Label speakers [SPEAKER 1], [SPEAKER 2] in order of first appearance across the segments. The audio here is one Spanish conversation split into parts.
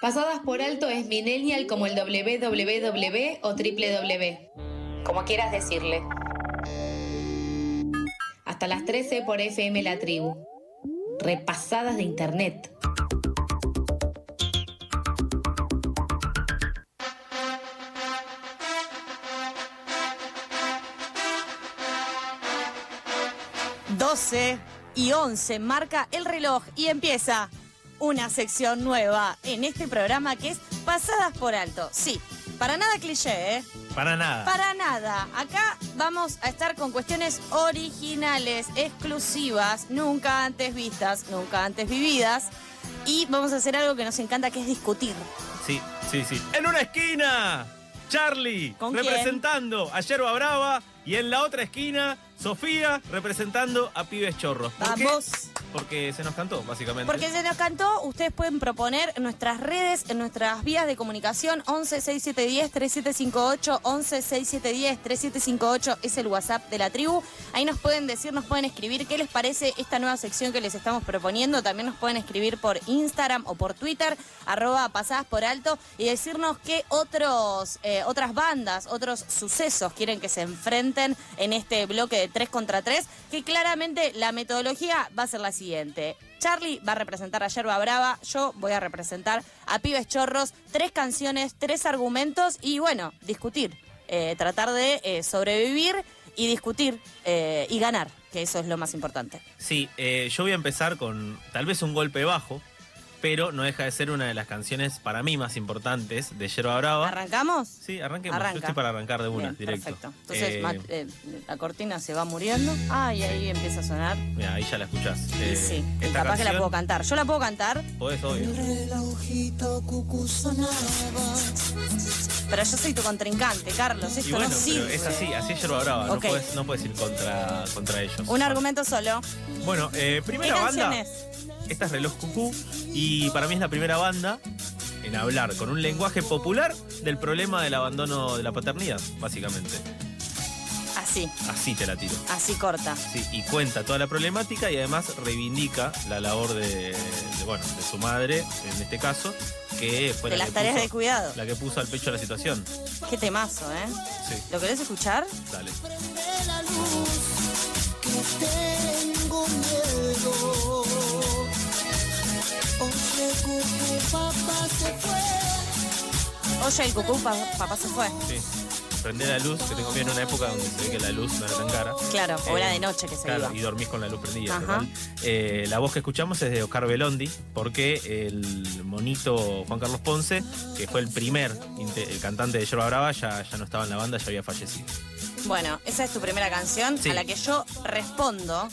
[SPEAKER 1] Pasadas por alto es millennial como el www o www. Como quieras decirle. Hasta las 13 por FM La Tribu. Repasadas de Internet.
[SPEAKER 2] Doce y 11 marca el reloj y empieza una sección nueva en este programa que es Pasadas por Alto. Sí, para nada cliché, ¿eh?
[SPEAKER 3] Para nada.
[SPEAKER 2] Para nada. Acá vamos a estar con cuestiones originales, exclusivas, nunca antes vistas, nunca antes vividas. Y vamos a hacer algo que nos encanta, que es discutir.
[SPEAKER 3] Sí, sí, sí. En una esquina, Charlie,
[SPEAKER 2] ¿Con quién?
[SPEAKER 3] representando a Yerba Brava. Y en la otra esquina, Sofía, representando a Pibes Chorros. ¿Por qué?
[SPEAKER 2] Vamos.
[SPEAKER 3] Porque se nos cantó, básicamente.
[SPEAKER 2] Porque se nos cantó, ustedes pueden proponer en nuestras redes, en nuestras vías de comunicación, 11 6710 3758, 11 6710 3758 es el WhatsApp de la tribu. Ahí nos pueden decir, nos pueden escribir qué les parece esta nueva sección que les estamos proponiendo. También nos pueden escribir por Instagram o por Twitter, arroba pasadas por alto, y decirnos qué otros, eh, otras bandas, otros sucesos quieren que se enfrenten en este bloque de 3 contra 3, que claramente la metodología va a ser la siguiente. Charlie va a representar a Yerba Brava, yo voy a representar a Pibes Chorros, tres canciones, tres argumentos y bueno, discutir, eh, tratar de eh, sobrevivir y discutir eh, y ganar, que eso es lo más importante.
[SPEAKER 3] Sí, eh, yo voy a empezar con tal vez un golpe bajo, pero no deja de ser una de las canciones para mí más importantes de Yerba Brava.
[SPEAKER 2] ¿Arrancamos?
[SPEAKER 3] sí, arranquemos.
[SPEAKER 2] Arranca.
[SPEAKER 3] Yo estoy para arrancar Ah. de una,
[SPEAKER 2] Bien,
[SPEAKER 3] directo.
[SPEAKER 2] Perfecto. Entonces
[SPEAKER 3] Eh,
[SPEAKER 2] Mat- eh, la cortina se va muriendo. Ah, y ahí empieza a sonar.
[SPEAKER 3] mirá, ahí ya la escuchás.
[SPEAKER 2] y
[SPEAKER 3] Eh,
[SPEAKER 2] sí, y
[SPEAKER 3] esta
[SPEAKER 2] capaz que la
[SPEAKER 3] canción,
[SPEAKER 2] puedo cantar. Yo la puedo cantar,
[SPEAKER 3] Podés, obvio.
[SPEAKER 2] pero yo soy tu contrincante, Carlos. Esto
[SPEAKER 3] Y bueno,
[SPEAKER 2] no
[SPEAKER 3] pero
[SPEAKER 2] sirve.
[SPEAKER 3] es así, así es Yerba Brava.
[SPEAKER 2] Ok.
[SPEAKER 3] No, podés, no podés ir contra, contra ellos.
[SPEAKER 2] Un argumento solo.
[SPEAKER 3] Bueno, eh,
[SPEAKER 2] ¿Qué
[SPEAKER 3] primera
[SPEAKER 2] canción
[SPEAKER 3] banda.
[SPEAKER 2] es?
[SPEAKER 3] Esta es Reloj Cucú y para mí es la primera banda en hablar con un lenguaje popular del problema del abandono de la paternidad, básicamente.
[SPEAKER 2] Así,
[SPEAKER 3] Así te la tiro.
[SPEAKER 2] así corta.
[SPEAKER 3] Sí, y cuenta toda la problemática y además reivindica la labor de, de, bueno, de su madre, en este caso, que fue
[SPEAKER 2] de
[SPEAKER 3] la
[SPEAKER 2] las
[SPEAKER 3] que,
[SPEAKER 2] tareas de
[SPEAKER 3] puso,
[SPEAKER 2] cuidado.
[SPEAKER 3] la que puso al pecho la situación.
[SPEAKER 2] Qué temazo, ¿eh?
[SPEAKER 3] Sí,
[SPEAKER 2] ¿Lo querés escuchar?
[SPEAKER 3] dale.
[SPEAKER 2] Oye, el cucú, pa- papá se fue.
[SPEAKER 3] Sí. Prende la luz, que te conviene en una época donde se ve que la luz no era tan cara.
[SPEAKER 2] Claro, o era
[SPEAKER 3] Eh,
[SPEAKER 2] de noche que se
[SPEAKER 3] Claro, y
[SPEAKER 2] iba.
[SPEAKER 3] dormís con la luz prendida.
[SPEAKER 2] Ajá.
[SPEAKER 3] total. Eh, la voz que escuchamos es de Oscar Belondi, porque el monito Juan Carlos Ponce, que fue el primer inte- el cantante de Yerba Brava, ya, ya no estaba en la banda, ya había fallecido.
[SPEAKER 2] Bueno, esa es tu primera canción
[SPEAKER 3] Sí.
[SPEAKER 2] a la que yo respondo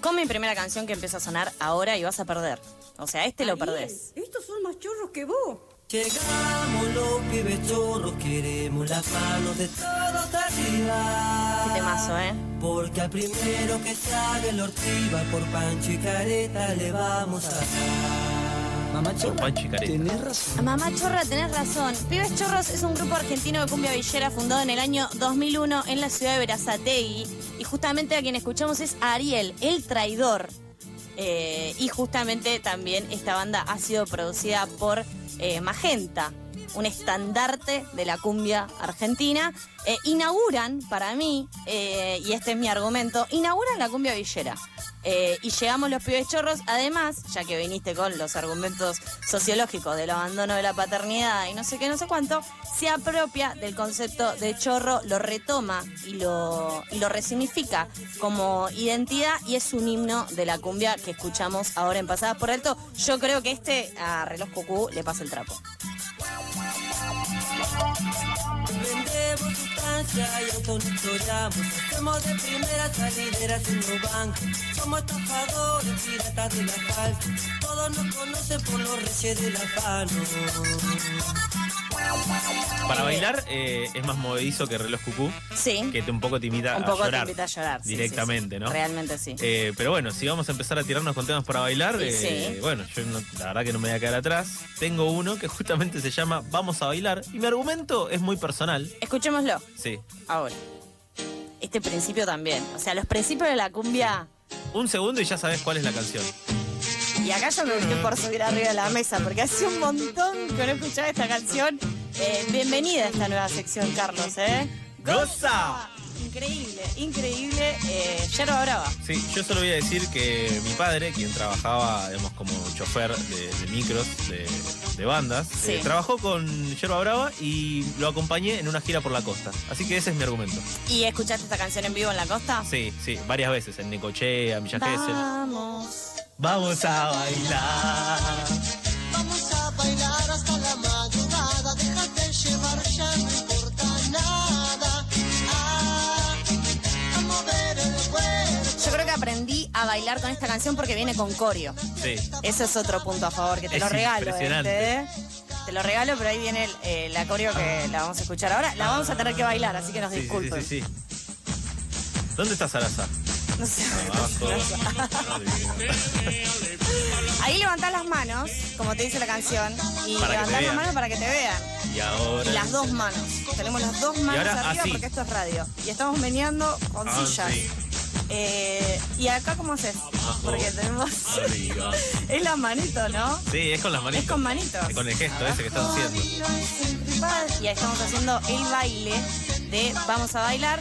[SPEAKER 2] con mi primera canción que empieza a sonar ahora y vas a perder. O sea, este lo perdés.
[SPEAKER 4] Estos son más chorros que vos.
[SPEAKER 5] Llegamos los pibes chorros, queremos las manos de todos arriba.
[SPEAKER 2] Qué temazo, ¿eh?
[SPEAKER 5] Porque al primero que sale el ortiva por pancho y careta le vamos a dar. Mamá
[SPEAKER 3] Por Pancho y Careta.
[SPEAKER 5] tenés razón.
[SPEAKER 2] Mamá Chorra, tenés razón. Pibes Chorros es un grupo argentino de cumbia villera fundado en el año 2001 en la ciudad de Verazategui. Y justamente a quien escuchamos es a Ariel, el traidor. Eh, y justamente también esta banda ha sido producida por eh, Magenta, un estandarte de la cumbia argentina. Eh, inauguran, para mí, eh, y este es mi argumento, inauguran la cumbia villera. Eh, y llegamos los pibes chorros, además, ya que viniste con los argumentos sociológicos del abandono de la paternidad y no sé qué, no sé cuánto, se apropia del concepto de chorro, lo retoma y lo, y lo resignifica como identidad y es un himno de la cumbia que escuchamos ahora en Pasadas por Alto. Yo creo que este a Reloj Cucú le pasa el trapo.
[SPEAKER 5] Vendemos sustancia y autolitoramos. Hacemos de primera salidera sin banco. Somos estafadores, piratas del asfalto. Todos nos conocen por los reyes del afano.
[SPEAKER 3] Para bailar eh, es más movedizo que Reloj Cucú,
[SPEAKER 2] Sí,
[SPEAKER 3] que te- un poco te invita
[SPEAKER 2] un
[SPEAKER 3] a
[SPEAKER 2] poco
[SPEAKER 3] llorar.
[SPEAKER 2] te invita a llorar. sí, sí, sí.
[SPEAKER 3] directamente, ¿no?
[SPEAKER 2] Realmente sí.
[SPEAKER 3] Eh, pero bueno, si vamos a empezar a tirarnos con temas para bailar,
[SPEAKER 2] Sí,
[SPEAKER 3] eh,
[SPEAKER 2] sí.
[SPEAKER 3] bueno, yo no- la verdad que no me voy a quedar atrás. Tengo uno que justamente se llama Vamos a bailar y mi argumento es muy personal.
[SPEAKER 2] Escuchémoslo.
[SPEAKER 3] Sí,
[SPEAKER 2] ahora. Este principio también. O sea, los principios de la cumbia.
[SPEAKER 3] un segundo y ya sabes cuál es la canción.
[SPEAKER 2] Y acá yo me estoy por subir arriba de la mesa, porque hace un montón que no escuchaba esta canción. Eh, bienvenida a esta nueva sección, Carlos, ¿eh?
[SPEAKER 3] ¡Goza!
[SPEAKER 2] Increíble, increíble. Eh, Yerba Brava.
[SPEAKER 3] Sí, yo solo voy a decir que mi padre, quien trabajaba, digamos, como chofer de, de micros, de, de bandas,
[SPEAKER 2] Sí.
[SPEAKER 3] eh, trabajó con Yerba Brava y lo acompañé en una gira por la costa. Así que ese es mi argumento.
[SPEAKER 2] ¿Y escuchaste esta canción en vivo en la costa?
[SPEAKER 3] Sí, sí, varias veces, en Necochea, en Villa Gesell.
[SPEAKER 2] Vamos.
[SPEAKER 3] Vamos a bailar.
[SPEAKER 6] Vamos a bailar hasta la madrugada, déjate llevar, ya no importa nada. Ah, a mover el cuerpo.
[SPEAKER 2] Yo creo que aprendí a bailar con esta canción porque viene con coreo.
[SPEAKER 3] Sí.
[SPEAKER 2] Eso es otro punto a favor, que te
[SPEAKER 3] Es
[SPEAKER 2] lo regalo.
[SPEAKER 3] impresionante.
[SPEAKER 2] este, ¿eh? Te lo regalo, pero ahí viene el, eh, la coreo que la vamos a escuchar ahora. La vamos a tener que bailar, así que nos
[SPEAKER 3] Sí, sí,
[SPEAKER 2] disculpen.
[SPEAKER 3] sí, sí, sí. ¿Dónde está Sarasa?
[SPEAKER 2] No sé.
[SPEAKER 3] Abajo.
[SPEAKER 2] Ahí levantás las manos, como te dice la canción, y
[SPEAKER 3] Para que te
[SPEAKER 2] levantás las
[SPEAKER 3] vean.
[SPEAKER 2] manos para que te vean.
[SPEAKER 3] y ahora.
[SPEAKER 2] Y las dos manos. Tenemos las dos manos
[SPEAKER 3] ahora
[SPEAKER 2] arriba
[SPEAKER 3] así.
[SPEAKER 2] porque esto es radio. Y estamos meneando con
[SPEAKER 3] Ah,
[SPEAKER 2] sillas.
[SPEAKER 3] sí.
[SPEAKER 2] Eh, ¿Y acá cómo haces? Porque tenemos.
[SPEAKER 3] Arriba.
[SPEAKER 2] es la manito, ¿no?
[SPEAKER 3] Sí, es con las manitas.
[SPEAKER 2] Es con manitos.
[SPEAKER 3] Es con el gesto ese que están haciendo.
[SPEAKER 2] Y ahí estamos haciendo el baile de Vamos a bailar.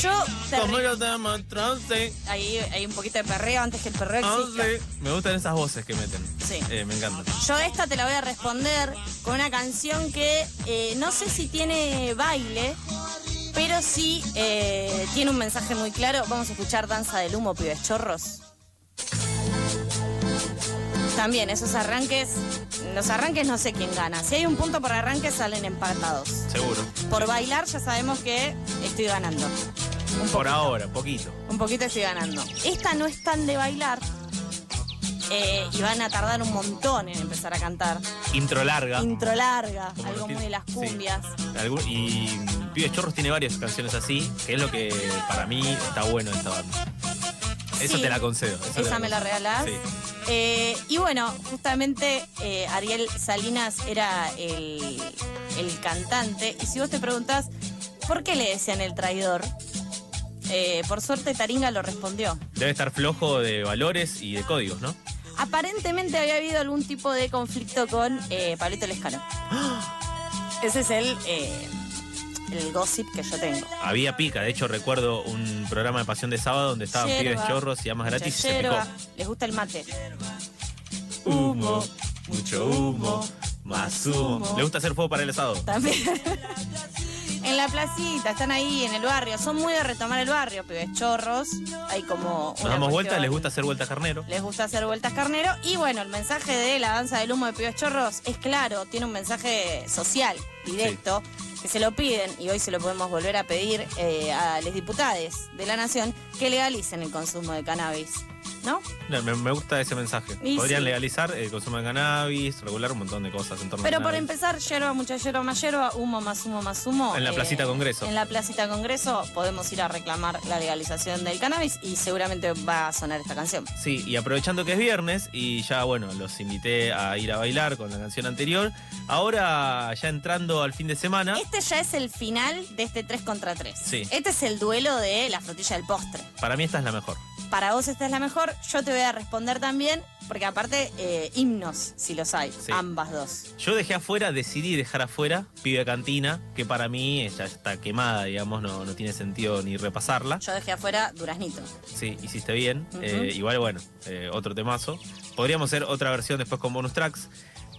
[SPEAKER 2] Yo te
[SPEAKER 3] Como
[SPEAKER 2] re-
[SPEAKER 3] yo te amo, trance,
[SPEAKER 2] ahí hay un poquito de perreo antes que el perreo
[SPEAKER 3] Ah,
[SPEAKER 2] exista.
[SPEAKER 3] trance. Me gustan esas voces que meten.
[SPEAKER 2] Sí.
[SPEAKER 3] Eh, me encanta.
[SPEAKER 2] Yo esta te la voy a responder con una canción que eh, no sé si tiene baile, pero sí eh, tiene un mensaje muy claro. Vamos a escuchar Danza del Humo, pibes chorros. También esos arranques, los arranques no sé quién gana. Si hay un punto por arranque salen empatados.
[SPEAKER 3] Seguro.
[SPEAKER 2] Por bailar ya sabemos que estoy ganando.
[SPEAKER 3] Por ahora, poquito.
[SPEAKER 2] Un poquito estoy ganando. Esta no es tan de bailar. eh, y van a tardar un montón en empezar a cantar.
[SPEAKER 3] Intro larga.
[SPEAKER 2] Intro larga,
[SPEAKER 3] Como
[SPEAKER 2] algo
[SPEAKER 3] lo tiene-
[SPEAKER 2] muy de las
[SPEAKER 3] sí.
[SPEAKER 2] cumbias.
[SPEAKER 3] Algún- y mm, Pibes Chorros tiene varias canciones así, que es lo que para mí está bueno de esta banda. Eso
[SPEAKER 2] Sí.
[SPEAKER 3] te la concedo. eso te
[SPEAKER 2] Esa me la
[SPEAKER 3] concedo.
[SPEAKER 2] regalás.
[SPEAKER 3] Sí.
[SPEAKER 2] Eh, y bueno, justamente eh, Ariel Salinas era el, el cantante. Y si vos te preguntás por qué le decían el traidor, Eh, por suerte Taringa lo respondió.
[SPEAKER 3] Debe estar flojo de valores y de códigos, ¿no?
[SPEAKER 2] Aparentemente había habido algún tipo de conflicto con eh, Pablito Lescano. Ese es el, eh, el gossip que yo tengo.
[SPEAKER 3] Había pica, de hecho recuerdo un programa de Pasión de Sábado donde estaban
[SPEAKER 2] Yerba,
[SPEAKER 3] pibes chorros y amas gratis y
[SPEAKER 2] Mucha
[SPEAKER 3] se
[SPEAKER 2] yerba,
[SPEAKER 3] picó.
[SPEAKER 2] Les gusta el mate.
[SPEAKER 3] Humo, mucho humo, más humo. Le gusta hacer fuego para el asado.
[SPEAKER 2] También. en la placita, están ahí en el barrio. Son muy de retomar el barrio, pibes chorros. Hay como.
[SPEAKER 3] Nos
[SPEAKER 2] una
[SPEAKER 3] damos vueltas,
[SPEAKER 2] cuestión-
[SPEAKER 3] les gusta hacer vueltas carnero.
[SPEAKER 2] Les gusta hacer vueltas carnero. Y bueno, el mensaje de la danza del humo de pibes chorros es claro, tiene un mensaje social, directo, que se lo piden, y hoy se lo podemos volver a pedir eh, a los diputados de la nación, que legalicen el consumo de cannabis. ¿No?
[SPEAKER 3] No, Me, me gusta ese mensaje.
[SPEAKER 2] Y
[SPEAKER 3] Podrían
[SPEAKER 2] sí.
[SPEAKER 3] legalizar el consumo de cannabis, regular un montón de cosas en torno
[SPEAKER 2] Pero
[SPEAKER 3] al
[SPEAKER 2] por
[SPEAKER 3] cannabis.
[SPEAKER 2] empezar, yerba, mucha yerba, más yerba, humo, más humo, más humo. Eh,
[SPEAKER 3] En la Placita Congreso.
[SPEAKER 2] En la Placita Congreso podemos ir a reclamar la legalización del cannabis y seguramente va a sonar esta canción.
[SPEAKER 3] Sí, y aprovechando que es viernes y ya, bueno, los invité a ir a bailar con la canción anterior. Ahora, ya entrando al fin de semana,
[SPEAKER 2] Este ya es el final de este 3 contra 3.
[SPEAKER 3] Sí.
[SPEAKER 2] Este es el duelo de la frutilla del postre.
[SPEAKER 3] para mí esta es la mejor.
[SPEAKER 2] Para vos esta es la mejor, yo te voy a responder también, porque aparte eh, himnos, si los hay,
[SPEAKER 3] Sí.
[SPEAKER 2] ambas dos.
[SPEAKER 3] Yo dejé afuera, decidí dejar afuera Pibe de Cantina, que para mí ya está quemada, digamos, no, no tiene sentido ni repasarla.
[SPEAKER 2] Yo dejé afuera Duraznito.
[SPEAKER 3] Sí, hiciste bien.
[SPEAKER 2] Ujú.
[SPEAKER 3] Eh, igual, bueno, eh, otro temazo. Podríamos hacer otra versión después con bonus tracks.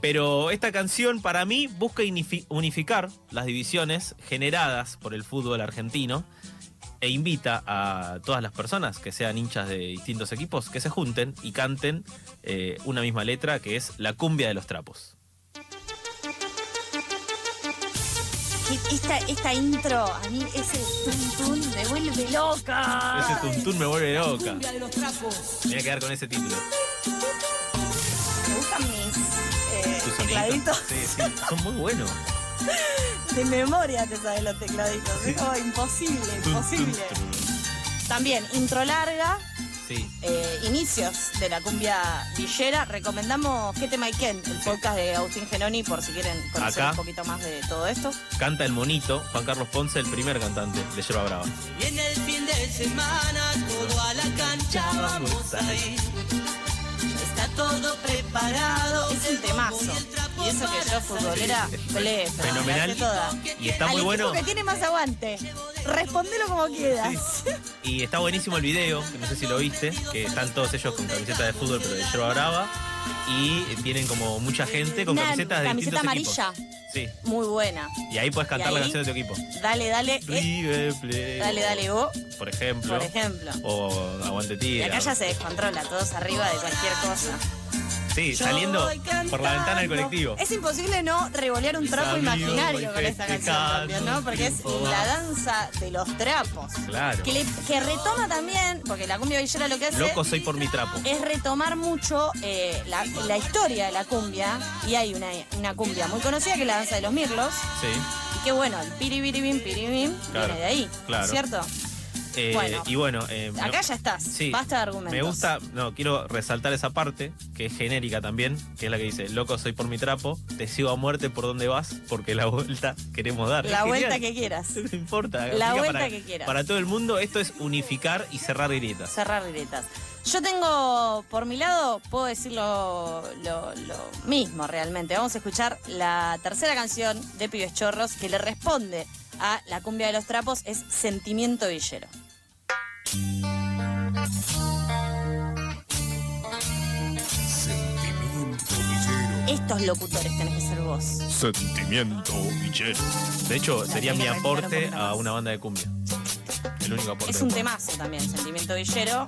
[SPEAKER 3] Pero esta canción para mí busca unifi- unificar las divisiones generadas por el fútbol argentino e invita a todas las personas que sean hinchas de distintos equipos que se junten y canten eh, una misma letra que es La cumbia de los trapos.
[SPEAKER 2] Que Esta, esta intro, a mí ese tum tum me vuelve loca.
[SPEAKER 3] Ese tuntún me vuelve loca.
[SPEAKER 5] Cumbia de los trapos.
[SPEAKER 3] Me voy a quedar con ese título.
[SPEAKER 2] Me gustan mis eh,
[SPEAKER 3] ¿Tu sonido?
[SPEAKER 2] tecladitos.
[SPEAKER 3] Sí, sí, son muy buenos.
[SPEAKER 2] De memoria te sabes los tecladitos. Es como imposible,
[SPEAKER 3] Tun, tun,
[SPEAKER 2] imposible.
[SPEAKER 3] tun.
[SPEAKER 2] También, intro larga,
[SPEAKER 3] Sí.
[SPEAKER 2] eh, inicios de la cumbia villera. Recomendamos ¿Qué tema y quién? El podcast de Agustín Genoni, por si quieren conocer
[SPEAKER 3] Acá.
[SPEAKER 2] un poquito más de todo esto.
[SPEAKER 3] Canta el monito, Juan Carlos Ponce, el primer cantante de Yerba Brava.
[SPEAKER 5] Y en el fin de semana todo a la cancha vamos a ir. Está todo preparado.
[SPEAKER 2] Es un temazo. Y eso que yo futbolera, pelé, pero
[SPEAKER 3] Fenomenal.
[SPEAKER 2] la sé toda.
[SPEAKER 3] Y está
[SPEAKER 2] Al
[SPEAKER 3] muy
[SPEAKER 2] equipo
[SPEAKER 3] bueno.
[SPEAKER 2] que tiene más aguante. Respondelo como quieras.
[SPEAKER 3] Y está buenísimo el video, que no sé si lo viste, que están todos ellos con camiseta de fútbol, pero de yerba brava. Y tienen como mucha gente con
[SPEAKER 2] Una
[SPEAKER 3] camisetas de
[SPEAKER 2] camiseta
[SPEAKER 3] distintos
[SPEAKER 2] amarilla.
[SPEAKER 3] equipos.
[SPEAKER 2] Muy buena.
[SPEAKER 3] Sí. Y ahí puedes cantar
[SPEAKER 2] Y
[SPEAKER 3] la
[SPEAKER 2] ahí-
[SPEAKER 3] canción de tu equipo.
[SPEAKER 2] Dale, dale. eh.
[SPEAKER 3] River Plate.
[SPEAKER 2] Dale, dale, vos,
[SPEAKER 3] Por ejemplo.
[SPEAKER 2] por ejemplo.
[SPEAKER 3] O Aguante
[SPEAKER 2] Y
[SPEAKER 3] Tira.
[SPEAKER 2] acá ya se descontrola, todos arriba de cualquier cosa.
[SPEAKER 3] Sí, saliendo por la ventana del colectivo.
[SPEAKER 2] Es imposible no revolear un
[SPEAKER 3] Mis
[SPEAKER 2] trapo
[SPEAKER 3] amigos
[SPEAKER 2] imaginario
[SPEAKER 3] voy
[SPEAKER 2] con esta canción
[SPEAKER 3] festejando
[SPEAKER 2] también, ¿no? Porque es
[SPEAKER 3] triunfo.
[SPEAKER 2] la danza de los trapos.
[SPEAKER 3] Claro.
[SPEAKER 2] Que, le- que retoma también, porque la cumbia villera lo que hace
[SPEAKER 3] Loco soy por mi trapo.
[SPEAKER 2] es retomar mucho eh, la, la historia de la cumbia. Y hay una, una cumbia muy conocida que es la danza de los mirlos.
[SPEAKER 3] Sí.
[SPEAKER 2] Y que bueno, el piribiribim, piribim,
[SPEAKER 3] Claro,
[SPEAKER 2] viene de ahí.
[SPEAKER 3] claro.
[SPEAKER 2] ¿Cierto?
[SPEAKER 3] Eh,
[SPEAKER 2] Bueno.
[SPEAKER 3] Y bueno. eh, me-
[SPEAKER 2] Acá ya estás.
[SPEAKER 3] Sí.
[SPEAKER 2] Basta de argumentos.
[SPEAKER 3] Me gusta, no, quiero resaltar esa parte, que es genérica también, que es la que dice, loco soy por mi trapo, te sigo a muerte por donde vas, porque la vuelta queremos dar.
[SPEAKER 2] La
[SPEAKER 3] Es
[SPEAKER 2] vuelta
[SPEAKER 3] genial.
[SPEAKER 2] que quieras.
[SPEAKER 3] No importa.
[SPEAKER 2] La
[SPEAKER 3] aplica
[SPEAKER 2] vuelta
[SPEAKER 3] para-
[SPEAKER 2] que quieras.
[SPEAKER 3] Para todo el mundo, esto es unificar y cerrar grietas.
[SPEAKER 2] cerrar grietas. Yo tengo, por mi lado, puedo decir lo, lo- lo mismo realmente. Vamos a escuchar la tercera canción de Pibes Chorros que le responde a la cumbia de los trapos, es Sentimiento Villero.
[SPEAKER 7] Sentimiento villero.
[SPEAKER 2] Estos locutores tenés que ser vos.
[SPEAKER 7] Sentimiento villero.
[SPEAKER 3] De hecho, sería mi
[SPEAKER 2] tengo que
[SPEAKER 3] aporte
[SPEAKER 2] practicar un poquito
[SPEAKER 3] a
[SPEAKER 2] más.
[SPEAKER 3] una banda de cumbia. El único aporte.
[SPEAKER 2] Es
[SPEAKER 3] que
[SPEAKER 2] un
[SPEAKER 3] puedo.
[SPEAKER 2] temazo también, Sentimiento Villero.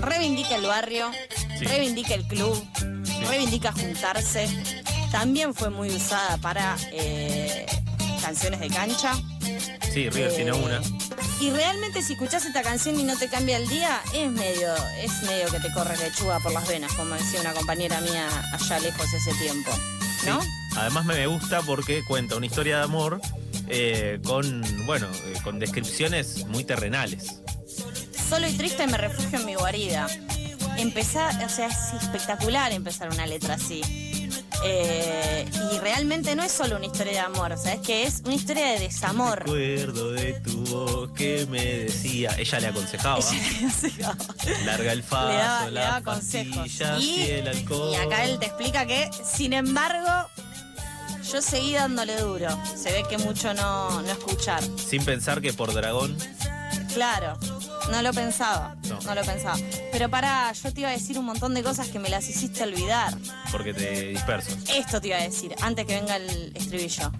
[SPEAKER 2] Reivindica el barrio,
[SPEAKER 3] Sí.
[SPEAKER 2] reivindica el club, reivindica juntarse. También fue muy usada para eh, canciones de cancha.
[SPEAKER 3] Sí, River
[SPEAKER 2] Eh,
[SPEAKER 3] tiene una.
[SPEAKER 2] Y realmente si escuchás esta canción y no te cambia el día, es medio, es medio que te corre lechuga por las venas, como decía una compañera mía allá lejos ese tiempo. ¿No?
[SPEAKER 3] Sí. Además me gusta porque cuenta una historia de amor eh, con, bueno, eh, con descripciones muy terrenales.
[SPEAKER 2] Solo y triste me refugio en mi guarida. Empezar, o sea, es espectacular empezar una letra así. Eh, y realmente no es solo una historia de amor, o sea, es que es una historia de desamor.
[SPEAKER 3] Recuerdo de tu voz que me decía. Ella le aconsejaba. Larga el faso,
[SPEAKER 2] le daba, le
[SPEAKER 3] la
[SPEAKER 2] daba consejos.
[SPEAKER 3] pastilla,
[SPEAKER 2] Y,
[SPEAKER 3] el alcohol.
[SPEAKER 2] y acá él te explica que, sin embargo, yo seguí dándole duro. Se ve que mucho no, no escuchar.
[SPEAKER 3] Sin pensar que por dragón.
[SPEAKER 2] Claro, no lo pensaba. No.
[SPEAKER 3] No.
[SPEAKER 2] lo pensaba. Pero pará, yo te iba a decir un montón de cosas que me las hiciste olvidar.
[SPEAKER 3] Porque te disperso.
[SPEAKER 2] Esto te iba a decir, antes que venga el estribillo.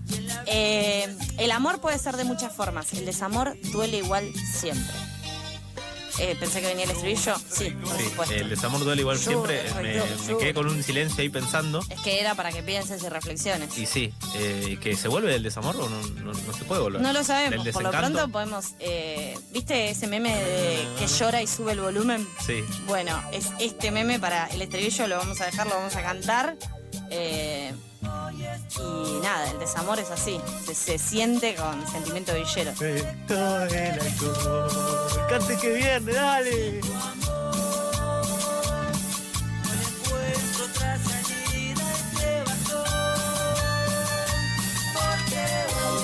[SPEAKER 2] Eh, el amor puede ser de muchas formas. El desamor duele igual siempre. Eh, pensé que venía el estribillo. Sí, por
[SPEAKER 3] Sí,
[SPEAKER 2] supuesto.
[SPEAKER 3] el desamor duele igual
[SPEAKER 2] Yo,
[SPEAKER 3] siempre.
[SPEAKER 2] yo,
[SPEAKER 3] Me,
[SPEAKER 2] yo.
[SPEAKER 3] me quedé con un silencio ahí pensando.
[SPEAKER 2] Es que era para que pienses y reflexiones.
[SPEAKER 3] Y sí, eh, que se vuelve del desamor o no, no- no se puede volver.
[SPEAKER 2] No lo sabemos,
[SPEAKER 3] Del
[SPEAKER 2] por lo
[SPEAKER 3] desencanto.
[SPEAKER 2] pronto podemos... eh, ¿Viste ese meme de que llora y sube el volumen?
[SPEAKER 3] Sí,
[SPEAKER 2] Bueno, es este meme para el estribillo, lo vamos a dejar, lo vamos a cantar. eh, y nada, el desamor es así, se, se siente con sentimiento villero.
[SPEAKER 3] Todo el alcohol. Cante que viene, dale.
[SPEAKER 5] encuentro otra salida y te vas hoy. Porque hoy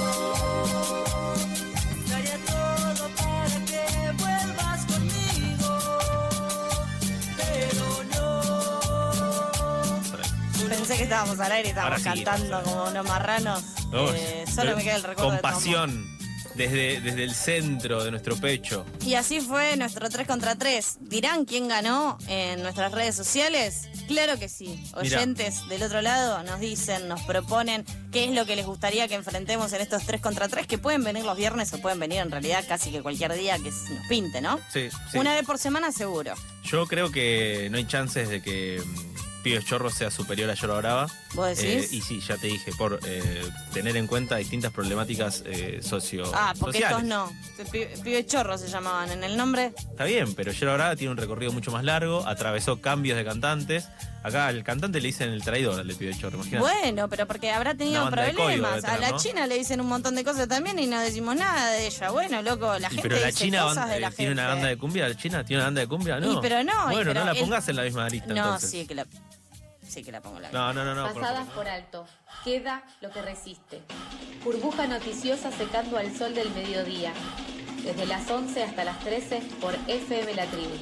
[SPEAKER 5] traía todo para que vuelvas conmigo. Pero no.
[SPEAKER 2] Pensé que estábamos al aire, estábamos
[SPEAKER 3] Ahora sí,
[SPEAKER 2] cantando
[SPEAKER 3] estamos al
[SPEAKER 2] como unos marranos.
[SPEAKER 3] Vamos.
[SPEAKER 2] Eh, solo me queda el recuerdo. de
[SPEAKER 3] Con
[SPEAKER 2] tu amor.
[SPEAKER 3] pasión, desde, desde el centro de nuestro pecho.
[SPEAKER 2] Y así fue nuestro 3 contra 3. ¿Dirán quién ganó en nuestras redes sociales? Claro que sí.
[SPEAKER 3] Mirá.
[SPEAKER 2] Oyentes del otro lado nos dicen, nos proponen qué es lo que les gustaría que enfrentemos en estos 3 contra 3, que pueden venir los viernes o pueden venir en realidad casi que cualquier día que se nos pinte, ¿no?
[SPEAKER 3] Sí, sí.
[SPEAKER 2] Una vez por semana seguro.
[SPEAKER 3] Yo creo que no hay chances de que mm, Pibes Chorro sea superior a Lloro Brava.
[SPEAKER 2] ¿Vos
[SPEAKER 3] Eh,
[SPEAKER 2] decís?
[SPEAKER 3] y sí, ya te dije, por eh, tener en cuenta distintas problemáticas eh, socio
[SPEAKER 2] ah, porque
[SPEAKER 3] sociales.
[SPEAKER 2] estos no. Pi- Pibe chorro se llamaban en el nombre.
[SPEAKER 3] Está bien, pero Lloro Brava tiene un recorrido mucho más largo, atravesó cambios de cantantes. Acá al cantante le dicen el traidor al de Pibes Chorro, imagínate.
[SPEAKER 2] Bueno, pero porque habrá tenido
[SPEAKER 3] Una banda de código
[SPEAKER 2] problemas.
[SPEAKER 3] debe
[SPEAKER 2] a la
[SPEAKER 3] tener, ¿no?
[SPEAKER 2] China le dicen un montón de cosas también y no decimos nada de ella. Bueno, loco, la
[SPEAKER 3] Y
[SPEAKER 2] gente
[SPEAKER 3] pero la
[SPEAKER 2] dice
[SPEAKER 3] China
[SPEAKER 2] cosas
[SPEAKER 3] banda-
[SPEAKER 2] de la
[SPEAKER 3] eh, tiene una
[SPEAKER 2] gente.
[SPEAKER 3] banda de cumbia, la China tiene una banda de cumbia, no.
[SPEAKER 2] Y pero no, y
[SPEAKER 3] Bueno,
[SPEAKER 2] pero
[SPEAKER 3] no la
[SPEAKER 2] él-
[SPEAKER 3] pongas en la misma lista.
[SPEAKER 2] No,
[SPEAKER 3] entonces.
[SPEAKER 2] sí que la. Sí que la pongo en la.
[SPEAKER 3] No, no, no, no. por
[SPEAKER 1] Pasadas
[SPEAKER 3] favor.
[SPEAKER 1] por alto. Queda lo que resiste. Burbuja noticiosa secando al sol del mediodía. Desde las 11 hasta las 13 por FM La Tribu.